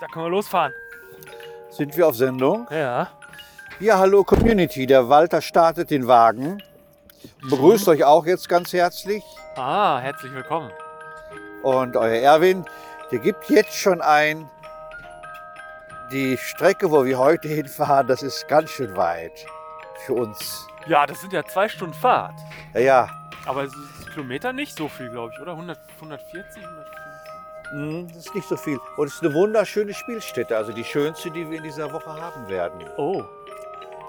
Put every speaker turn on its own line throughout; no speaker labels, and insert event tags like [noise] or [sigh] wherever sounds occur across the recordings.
Da können wir losfahren.
Sind wir auf Sendung?
Ja.
Ja, hallo Community. Der Walter startet den Wagen. Begrüßt euch auch jetzt ganz herzlich.
Ah, herzlich willkommen.
Und euer Erwin, der gibt jetzt schon ein. Die Strecke, wo wir heute [laughs] hinfahren, das ist ganz schön weit für uns.
Ja, das sind ja zwei Stunden Fahrt.
Ja, ja.
Aber es ist Kilometer nicht so viel, glaube ich, oder? 100, 140? 150?
Hm, Das ist nicht so viel. Und es ist eine wunderschöne Spielstätte, also die schönste, die wir in dieser Woche haben werden.
Oh.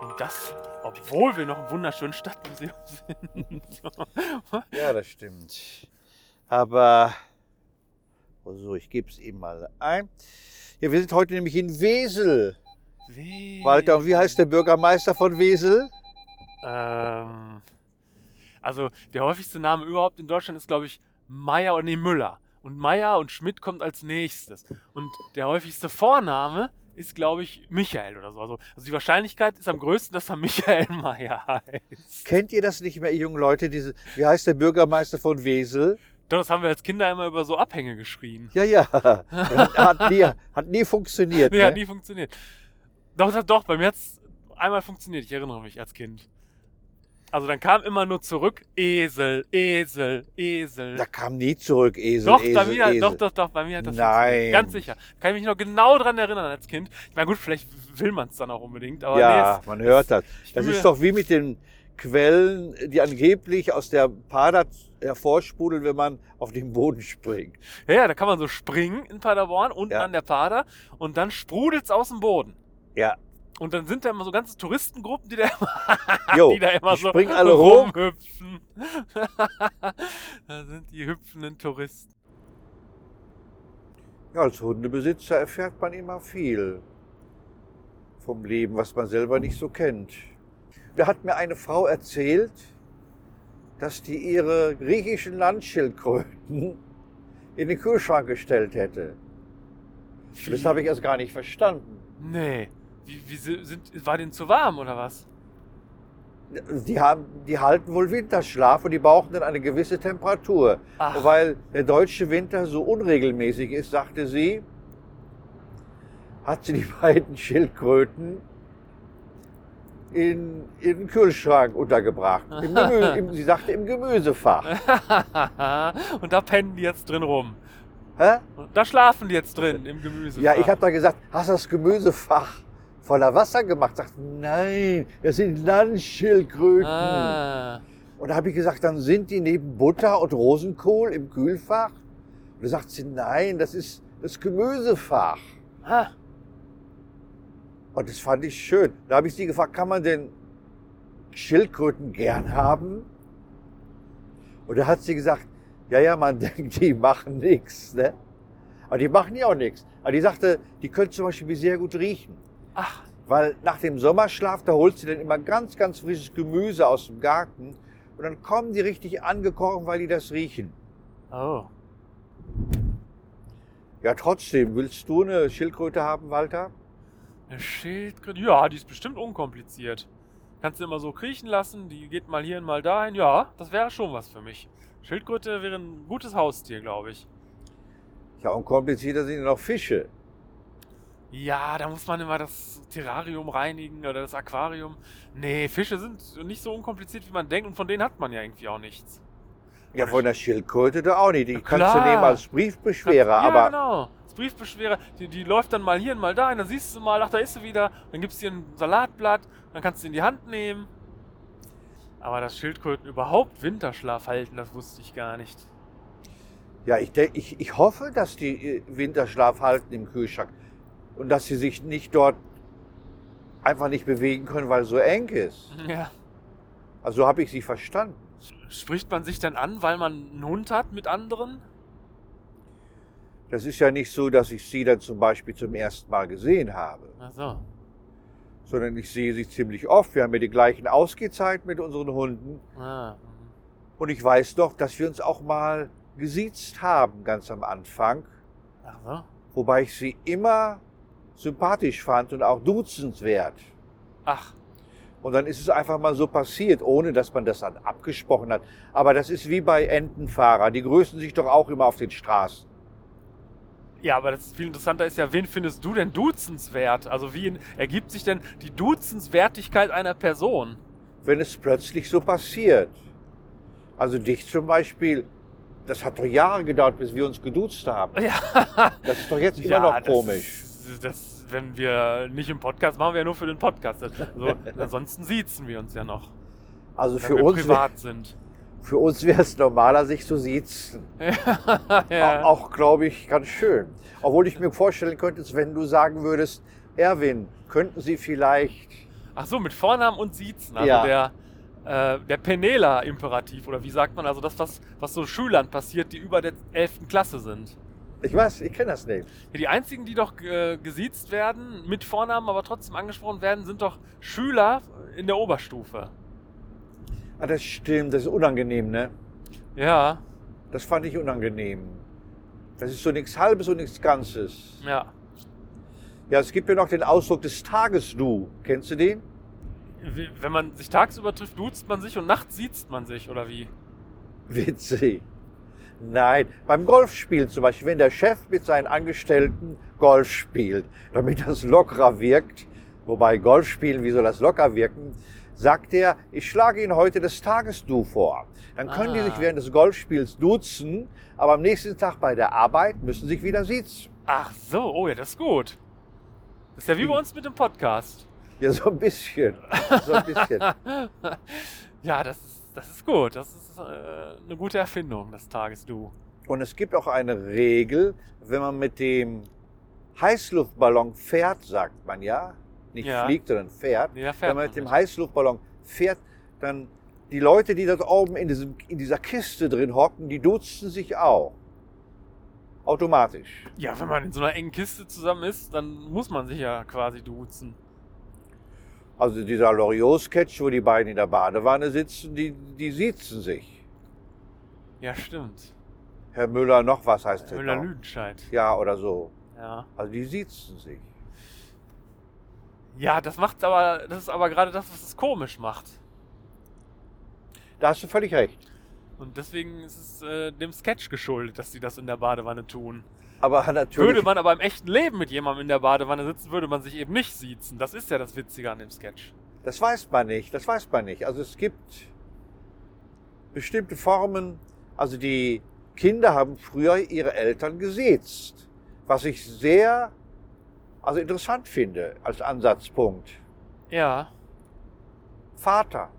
Und das, obwohl wir noch im wunderschönen Stadtmuseum [laughs] sind.
Ja, das stimmt. Aber oh, so, ich gebe es eben mal ein. Ja, wir sind heute nämlich in Wesel. Walter, und wie heißt der Bürgermeister von Wesel?
Ähm, also der häufigste Name überhaupt in Deutschland ist, glaube ich, Meier oder nee, Müller. Und Meier und Schmidt kommt als nächstes. Und der häufigste Vorname ist, glaube ich, Michael oder so. Also, also die Wahrscheinlichkeit ist am größten, dass er Michael [laughs] Meier heißt.
Kennt ihr das nicht mehr, ihr jungen Leute? Diese, wie heißt der Bürgermeister von Wesel?
Doch, das haben wir als Kinder immer über so Abhänge geschrien. [laughs]
Ja, ja. Hat nie, hat nie funktioniert.
Nee, hat
ne?
nie funktioniert. Doch, doch, doch, bei mir hat es einmal funktioniert. Ich erinnere mich als Kind. Also dann kam immer nur zurück Esel, Esel, Esel.
Da kam nie zurück, Esel.
Doch,
Esel,
bei mir,
Esel.
doch, doch, doch, bei mir hat das
Nein.
funktioniert. Ganz sicher. Kann ich mich noch genau dran erinnern als Kind. Ich meine, gut, vielleicht will man es dann auch unbedingt, aber
ja,
nee,
man hört das.
es, ich
Das
fühle-
ist doch wie mit den Quellen, die angeblich aus der Pader hervorsprudeln, wenn man auf den Boden springt.
[laughs] Ja, ja, da kann man so springen in Paderborn, unten
Ja.
an der Pader und dann sprudelt's aus dem Boden.
Ja.
Und dann sind da immer so ganze Touristengruppen, die da immer,
Jo,
die da immer
die
so
springen alle rum.
rumhüpfen. [laughs] da sind die hüpfenden Touristen.
Ja, als Hundebesitzer erfährt man immer viel vom Leben, was man selber nicht so kennt. Da hat mir eine Frau erzählt, dass die ihre griechischen Landschildkröten in den Kühlschrank gestellt hätte. Das habe ich erst gar nicht verstanden.
Nee. Wie, wie si- sind, war denen zu warm oder was?
Die, haben, die halten wohl Winterschlaf und die brauchen dann eine gewisse Temperatur.
Ach,
Weil der deutsche Winter so unregelmäßig ist, sagte sie, hat sie die [laughs] beiden Schildkröten in ihren Kühlschrank untergebracht. Im Gemüse,
[laughs]
im, sie sagte im Gemüsefach.
[laughs] und da pennen die jetzt drin rum.
Hä?
Und da schlafen die jetzt drin im Gemüse.
Ja, ich habe da gesagt, hast du das Gemüsefach voller Wasser gemacht? Sagt, nein, das sind Landschildkröten.
Ah,
Und da habe ich gesagt, dann sind die neben Butter und Rosenkohl im Kühlfach? Und da sagt sie, nein, das ist das Gemüsefach.
ah,
Und das fand ich schön. Da habe ich sie gefragt, kann man denn Schildkröten gern haben? Und da hat sie gesagt, ja, ja, man [laughs] denkt, die machen nichts. Ne? Aber die machen ja auch nichts. Aber die sagte, die können zum Beispiel sehr gut riechen.
ach,
Weil nach dem Sommerschlaf, da holst du dann immer ganz, ganz frisches Gemüse aus dem Garten. Und dann kommen die richtig angekrochen, weil die das riechen.
oh.
Ja, trotzdem, willst du eine Schildkröte haben, Walter?
Eine Schildkröte. Ja, die ist bestimmt unkompliziert. Kannst du immer so kriechen lassen, die geht mal hierhin, mal dahin. Ja, das wäre schon was für mich. Schildkröte wäre ein gutes Haustier, glaube ich.
Ja, und komplizierter sind ja noch Fische.
Ja, da muss man immer das Terrarium reinigen oder das Aquarium. Nee, Fische sind nicht so unkompliziert, wie man denkt und von denen hat man ja irgendwie auch nichts.
Ja, von der Schildkröte da auch nicht. Die kannst du
klar.
nehmen als Briefbeschwerer,
ja,
aber
genau. Das Briefbeschwerer, die, die läuft dann mal hierhin, mal dahin, dann siehst du mal, ach, da ist sie wieder, dann gibst du ihr ein Salatblatt, dann kannst du sie in die Hand nehmen. Aber dass Schildkröten überhaupt Winterschlaf halten, das wusste ich gar nicht. [laughs]
ja, ich, denk, ich, ich hoffe, dass die äh, Winterschlaf halten im Kühlschrank und dass sie sich nicht dort einfach nicht bewegen können, weil es so eng ist.
Ja.
Also so habe ich sie verstanden.
Spricht man sich dann an, weil man einen Hund hat mit anderen?
Das ist ja nicht so, dass ich sie dann zum Beispiel zum ersten Mal gesehen habe,
Ach so.
sondern ich sehe sie ziemlich oft. Wir haben ja die gleichen Ausgehzeiten mit unseren Hunden
Ah.
und ich weiß noch, dass wir uns auch mal gesiezt haben ganz am Anfang.
Ach so.
wobei ich sie immer sympathisch fand und auch duzenswert.
Ach,
Und dann ist es einfach mal so passiert, ohne dass man das dann abgesprochen hat. Aber das ist wie bei Entenfahrern, die grüßen sich doch auch immer auf den Straßen.
Ja, aber das viel interessanter ist ja, wen findest du denn duzenswert? Also wie in- ergibt sich denn die Duzenswertigkeit einer Person?
wenn es plötzlich so passiert. Also dich zum Beispiel, das hat doch Jahre gedauert, bis wir uns geduzt haben.
Ja,
Das ist
[laughs]
doch jetzt immer
Ja,
noch
das
komisch.
ist- das, wenn wir nicht im Podcast machen, wir ja nur für den Podcast. Das- So, ansonsten siezen wir uns ja noch,
Also
wenn
für
wir
uns, wär-
privat
[laughs]
sind.
für uns wäre es normaler, sich zu siezen.
ja.
Auch, glaube ich, ganz schön. Obwohl ich mir vorstellen könnte, es, wenn du sagen würdest, Erwin, könnten Sie vielleicht...
Ach so, mit Vornamen und siezen. Also
Ja.
der, äh, der Penela-Imperativ oder wie sagt man? Also das, was, was so Schülern passiert, die über der 11. Klasse sind.
Ich weiß, ich kenne das nicht.
Ja, die einzigen, die doch äh, gesiezt werden, mit Vornamen, aber trotzdem angesprochen werden, sind doch Schüler in der Oberstufe.
Ah, das stimmt, das ist unangenehm, ne?
Ja,
Das fand ich unangenehm. Das ist so nichts Halbes und nichts Ganzes.
ja.
Ja, es gibt ja noch den Ausdruck des Tages-Du. Kennst du den?
Wie- Wenn man sich tagsüber trifft, duzt man sich und nachts siezt man sich, oder wie?
Witzig. Nein, beim Golfspielen zum Beispiel, wenn der Chef mit seinen Angestellten Golf spielt, damit das lockerer wirkt, wobei Golf spielen, wie soll das locker wirken, sagt er, ich schlage Ihnen heute das Tages-Du vor. Dann können die
Ah.
sich während des Golfspiels duzen, aber am nächsten Tag bei der Arbeit müssen sich wieder siezen.
Ach so, oh ja, das ist gut. Das ist ja wie bei uns mit dem Podcast. [laughs]
Ja, so ein bisschen. So ein bisschen.
ja, das ist, das ist gut. Das ist äh, eine gute Erfindung, das Tagesdu.
Und es gibt auch eine Regel, wenn man mit dem Heißluftballon fährt, sagt man ja, nicht
Ja.
fliegt, sondern fährt.
Nee, da fährt
Wenn man
man
mit dem
nicht.
Heißluftballon fährt, dann die Leute, die dort oben in, diesem, in dieser Kiste drin hocken, die duzen sich auch. Automatisch.
Ja, wenn man in so einer engen Kiste zusammen ist, dann muss man sich ja quasi duzen.
Also dieser Loriot-Sketch, wo die beiden in der Badewanne sitzen, die, die siezen sich.
Ja, stimmt.
Herr Müller, noch was heißt der? noch?
Müller-Lüdenscheid.
Ja, oder so.
Ja.
Also die siezen sich.
ja, das macht aber, das ist aber gerade das, was es komisch macht.
Da hast du völlig recht.
Und deswegen ist es äh, dem Sketch geschuldet, dass sie das in der Badewanne tun.
Aber [laughs] natürlich.
Würde man aber im echten Leben mit jemandem in der Badewanne sitzen, würde man sich eben nicht siezen. Das ist ja das Witzige an dem Sketch.
Das weiß man nicht, das weiß man nicht. Also es gibt bestimmte Formen, also die Kinder haben früher ihre Eltern gesiezt, was ich sehr also interessant finde als Ansatzpunkt.
Ja.
Vater,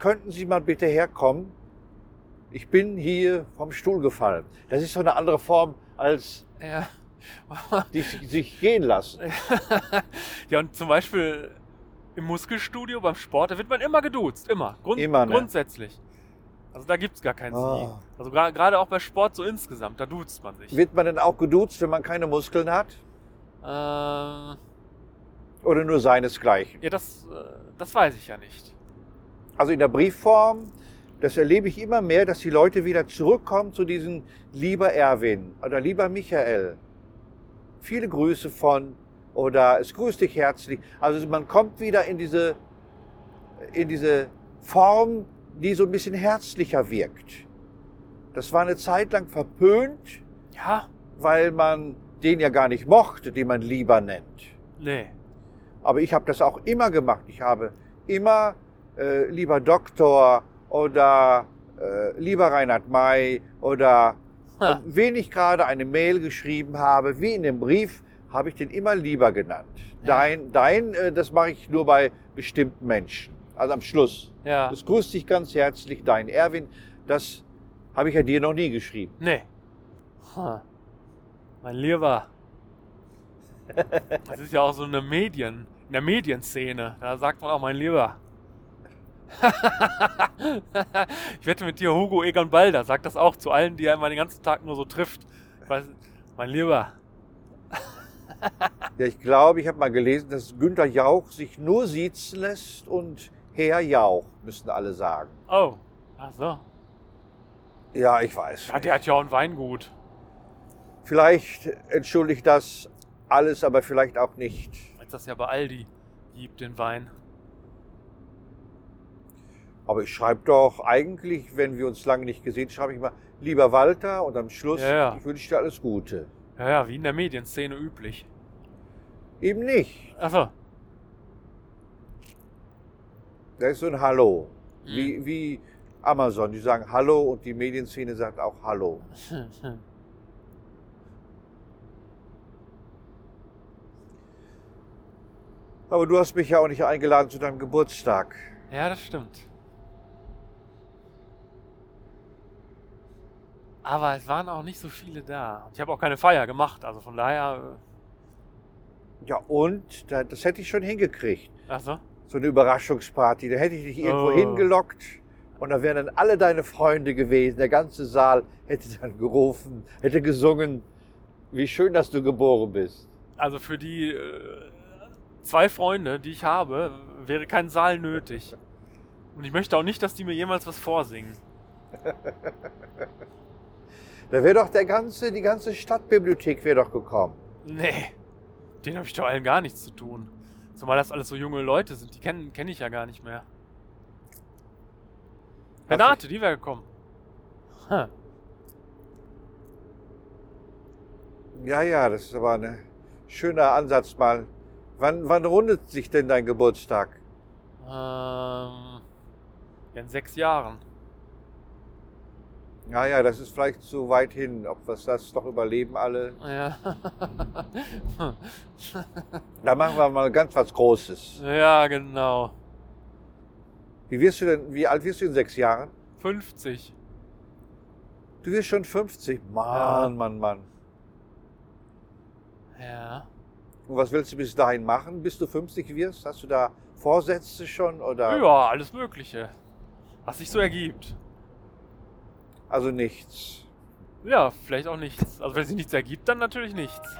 könnten Sie mal bitte herkommen? Ich bin hier vom Stuhl gefallen. Das ist so eine andere Form als
Ja.
die sich sich gehen lassen.
[laughs] ja, und zum Beispiel im Muskelstudio, beim Sport, da wird man immer geduzt. Immer. Grund
Immer, ne?
Grundsätzlich. Also da gibt's gar keinen
Ah.
Sie. Also gra- gerade auch bei Sport so insgesamt, da duzt man sich.
Wird man denn auch geduzt, wenn man keine Muskeln hat?
Ähm,
Oder nur seinesgleichen?
ja, das, äh, das weiß ich ja nicht.
also in der Briefform, das erlebe ich immer mehr, dass die Leute wieder zurückkommen zu diesem lieber Erwin oder lieber Michael. Viele Grüße von oder es grüßt dich herzlich. Also man kommt wieder in diese, in diese Form, die so ein bisschen herzlicher wirkt. Das war eine Zeit lang verpönt,
Ja?
weil man den ja gar nicht mochte, den man lieber nennt.
Nee.
Aber ich habe das auch immer gemacht. Ich habe immer äh, lieber Doktor oder äh, lieber Reinhard May oder
Ha.
wen ich gerade eine Mail geschrieben habe, wie in dem Brief, habe ich den immer lieber genannt.
Ja.
Dein, dein, äh, das mache ich nur bei bestimmten Menschen. Also am Schluss.
Ja.
Das grüßt dich ganz herzlich, dein Erwin. Das habe ich ja dir noch nie geschrieben.
Nee. Hm. Mein Lieber. [laughs] Das ist ja auch so eine Medien, in der Medienszene. Da sagt man auch mein Lieber. [laughs] ich wette mit dir, Hugo Egon Balder sagt das auch zu allen, die er immer den ganzen Tag nur so trifft. Ich weiß, mein Lieber.
Ja, ich glaube, ich habe mal gelesen, dass Günther Jauch sich nur siezen lässt und Herr Jauch, müssen alle sagen.
Oh. Ach so.
Ja, ich weiß.
Ja, der hat ja auch ein Weingut.
Vielleicht entschuldigt das alles, aber vielleicht auch nicht.
Als das ja bei Aldi gibt, den Wein.
Aber ich schreibe doch eigentlich, wenn wir uns lange nicht gesehen, schreibe ich mal, lieber Walter und am Schluss,
Ja, ja.
ich wünsche dir alles Gute.
Ja, ja, wie in der Medienszene üblich.
Eben nicht.
Achso.
Da ist so ein Hallo.
Mhm.
Wie, wie Amazon, die sagen Hallo und die Medienszene sagt auch Hallo. Aber du hast mich ja auch nicht eingeladen zu deinem Geburtstag.
Ja, das stimmt. Aber es waren auch nicht so viele da. Ich habe auch keine Feier gemacht, also von daher.
Ja, und Da- das hätte ich schon hingekriegt.
Achso.
So eine Überraschungsparty. Da hätte ich dich irgendwo
Oh.
hingelockt und da wären dann alle deine Freunde gewesen. Der ganze Saal hätte dann gerufen, hätte gesungen, wie schön, dass du geboren bist.
Also für die äh, zwei Freunde, die ich habe, wäre kein Saal nötig. Und ich möchte auch nicht, dass die mir jemals was vorsingen.
Da wäre doch der ganze, die ganze Stadtbibliothek wäre doch gekommen.
Nee. Den habe ich doch allen gar nichts zu tun. Zumal das alles so junge Leute sind, die kenne kenn ich ja gar nicht mehr. Renate, die wäre gekommen. Hm.
Ja, ja, das ist aber ein schöner Ansatz mal. Wann, wann rundet sich denn dein Geburtstag?
Ähm, ja, in sechs Jahren.
Ja, ja, das ist vielleicht zu weit hin. Ob wir das doch überleben alle.
Ja.
Da machen wir mal ganz was Großes.
[laughs] ja, genau.
Wie wirst du denn, wie alt wirst du in sechs Jahren?
50.
Du wirst schon 50. Mann, Mann, Mann.
Ja.
Und was willst du bis dahin machen, bis du 50 wirst? Hast du da Vorsätze schon oder?
Ja, alles Mögliche. Was sich so ergibt.
Also nichts.
Ja, vielleicht auch nichts. Also wenn sich nichts ergibt, dann natürlich nichts.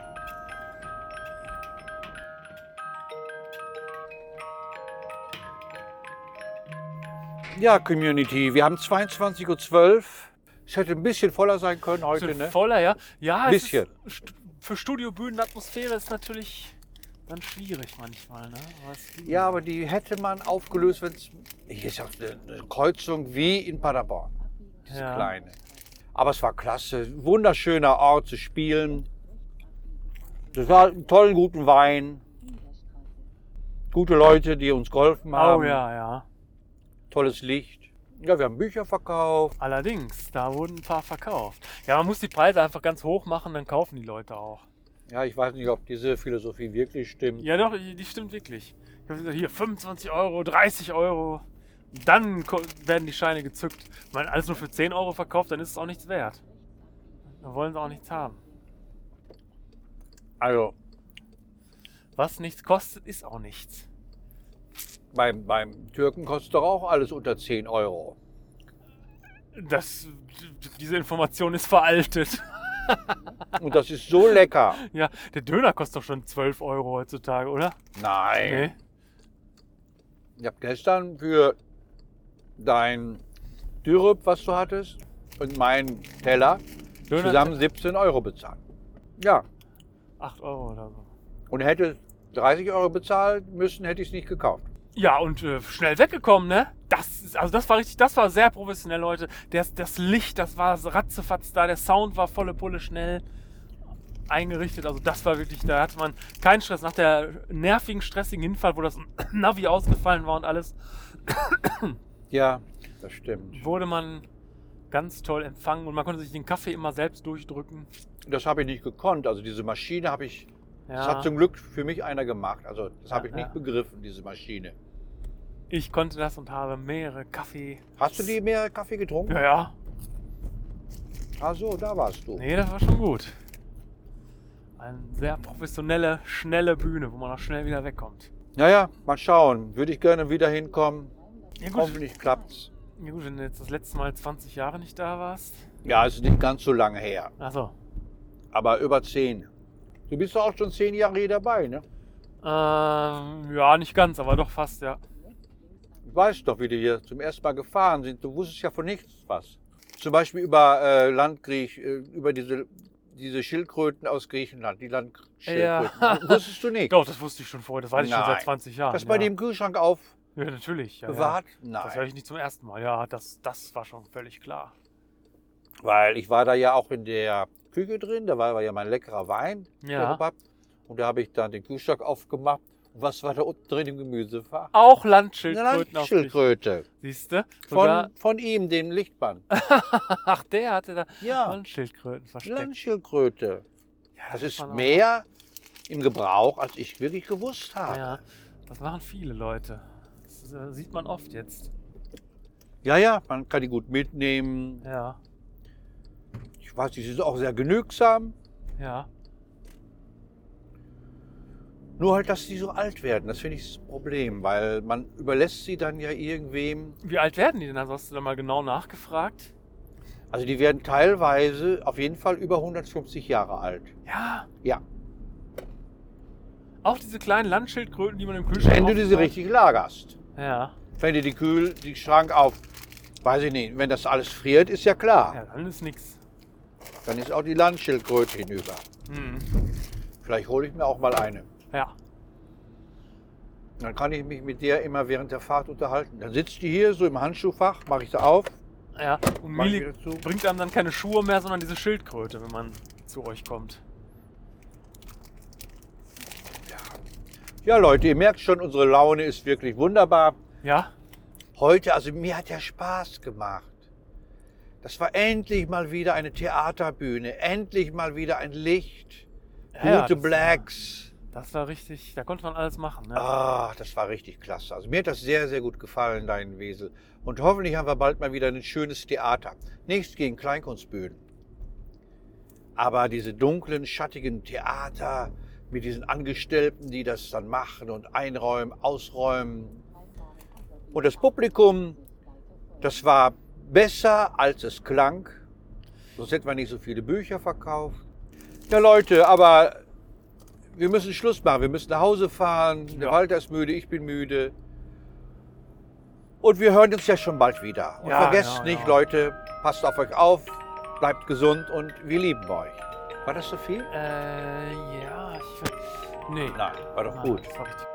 Ja, Community, wir haben 22.12 Uhr. Es hätte ein bisschen voller sein können heute,
Bisschen
ne?
voller, ja. Ja, es
Bisschen.
Ist, st- für Studiobühnenatmosphäre ist natürlich dann schwierig manchmal, ne? Aber es ging.
Ja, aber die hätte man aufgelöst, wenn es. Hier ist ja eine, eine Kreuzung wie in Paderborn. Diese
Ja.
kleine. Aber es war klasse. Wunderschöner Ort zu spielen. Das war einen tollen, guten Wein. Gute Leute, die uns geholfen haben.
Oh ja, ja.
Tolles Licht. Ja, wir haben Bücher verkauft.
Allerdings, da wurden ein paar verkauft. Ja, man muss die Preise einfach ganz hoch machen, dann kaufen die Leute auch.
Ja, ich weiß nicht, ob diese Philosophie wirklich stimmt.
Ja, doch, die die stimmt wirklich. Ich habe gesagt, hier 25 Euro, 30 Euro. Dann ko- werden die Scheine gezückt. Wenn man alles nur für 10 Euro verkauft, dann ist es auch nichts wert. Dann wollen sie auch nichts haben.
Also
Was nichts kostet, ist auch nichts.
beim, beim Türken kostet doch auch alles unter 10 Euro.
Das, diese Information ist veraltet. [laughs]
Und das ist so lecker.
Ja, der Döner kostet doch schon 12 Euro heutzutage, oder?
Nein.
Nee.
Ich habe gestern für dein Dürüp, was du hattest, und meinen Teller
Döner
zusammen 17 Euro bezahlt. Ja,
8 Euro oder so.
und hätte 30 Euro bezahlt müssen, hätte ich es nicht gekauft.
Ja, und äh, schnell weggekommen, ne? Das ist, also das war richtig, das war sehr professionell, Leute. Das, das Licht, das war ratzefatz da, der Sound war volle Pulle schnell eingerichtet. Also das war wirklich, da hatte man keinen Stress. Nach der nervigen, stressigen Hinfahrt, wo das [clears throat] Navi ausgefallen war und alles, [clears throat]
Ja, das stimmt.
wurde man ganz toll empfangen und man konnte sich den Kaffee immer selbst durchdrücken.
Das habe ich nicht gekonnt. Also diese Maschine habe ich, das hat zum Glück für mich einer gemacht. Also das habe ich
Ja,
nicht
ja.
begriffen, diese Maschine.
ich konnte das und habe mehrere Kaffee.
Hast du die mehr Kaffee getrunken?
Ja, ja.
Ach so, da warst du.
Nee, das war schon gut. Eine sehr professionelle, schnelle Bühne, wo man auch schnell wieder wegkommt.
Naja, mal schauen. Würde ich gerne wieder hinkommen.
Ja gut,
Hoffentlich klappt's.
ja gut, wenn du jetzt das letzte Mal 20 Jahre nicht da warst.
Ja, es ist nicht ganz so lange her.
Achso.
aber über zehn. Du bist doch auch schon zehn Jahre hier dabei, ne?
Ähm, ja, nicht ganz, aber doch fast, ja.
Ich weiß doch, wie die hier zum ersten Mal gefahren sind. Du wusstest ja von nichts was. Zum Beispiel über äh, Landgriech, äh, über diese, diese Schildkröten aus Griechenland, die Landschildkröten.
Ja.
Ja. Wusstest du
[laughs]
nicht?
Doch, das wusste ich schon vorher, das weiß ich schon
Nein.
seit 20 Jahren.
Dass man die
ja.
im Kühlschrank aufbewahrt?
ja, natürlich. Ja, Ja. Das höre
Nein.
ich nicht zum ersten Mal. Ja, das, das war schon völlig klar.
Weil ich war da ja auch in der Küche drin, da war aber ja mein leckerer Wein.
Ja.
Kebab. Und da habe ich dann den Kühlschrank aufgemacht. Und was war da unten drin im Gemüsefach?
Auch
Eine
Landschildkröten auf dich.
Schildkröte.
Siehst du? Sogar,
Von, von ihm, dem Lichtband.
[laughs] ach, der hatte da
Ja,
Landschildkröten
eine
versteckt.
Landschildkröte.
ja,
Ah. Das ist
kann man
mehr im Gebrauch, als ich wirklich gewusst
auch-
habe.
Ja, das machen viele Leute. Das äh, sieht man oft jetzt.
Ja, ja, man kann die gut mitnehmen.
Ja,
Ich weiß, die sind auch sehr genügsam.
ja.
Nur halt, dass die so alt werden, das finde ich das Problem, weil man überlässt sie dann ja irgendwem.
Wie alt werden die denn? Also hast du da mal genau nachgefragt?
Also die werden teilweise auf jeden Fall über 150 Jahre alt.
Ja.
Ja.
Auch diese kleinen Landschildkröten, die man im Kühlschrank
Wenn du diese
aufbewahrt.
richtig lagerst.
Ja.
Wenn du die Kühl, die Schrank auf, weiß ich nicht, wenn das alles friert, ist ja klar.
Ja, dann ist nix.
Dann ist auch die Landschildkröte hinüber.
Hm.
Vielleicht hole ich mir auch mal eine.
Ja.
Dann kann ich mich mit der immer während der Fahrt unterhalten. Dann sitzt die hier so im Handschuhfach, mache ich sie auf,
Ja. Und
mache ich
Mili
wieder zu.
bringt einem dann keine Schuhe mehr, sondern diese Schildkröte, wenn man zu euch kommt.
Ja Leute, ihr merkt schon, unsere Laune ist wirklich wunderbar.
Ja.
Heute, also mir hat ja Spaß gemacht. Das war endlich mal wieder eine Theaterbühne, endlich mal wieder ein Licht,
Ja,
gute
das-
Blacks.
Das war richtig, da konnte man alles machen. Ne?
Ah, das war richtig klasse. Also mir hat das sehr, sehr gut gefallen, dein Wesel. Und hoffentlich haben wir bald mal wieder ein schönes Theater. Nichts gegen Kleinkunstbühnen. Aber diese dunklen, schattigen Theater mit diesen Angestellten, die das dann machen und einräumen, ausräumen. Und das Publikum, das war besser, als es klang. Sonst hätten wir nicht so viele Bücher verkauft. Ja, Leute, aber wir müssen Schluss machen. Wir müssen nach Hause fahren. Der Walter ist müde, ich bin müde. Und wir hören uns ja schon bald wieder. Und
Ja,
vergesst
ja,
nicht,
ja.
Leute, passt auf euch auf, bleibt gesund und wir lieben euch. War das so viel?
Äh, ja, ich. Nee.
Nein, war doch
Nein,
gut.
Das war richtig.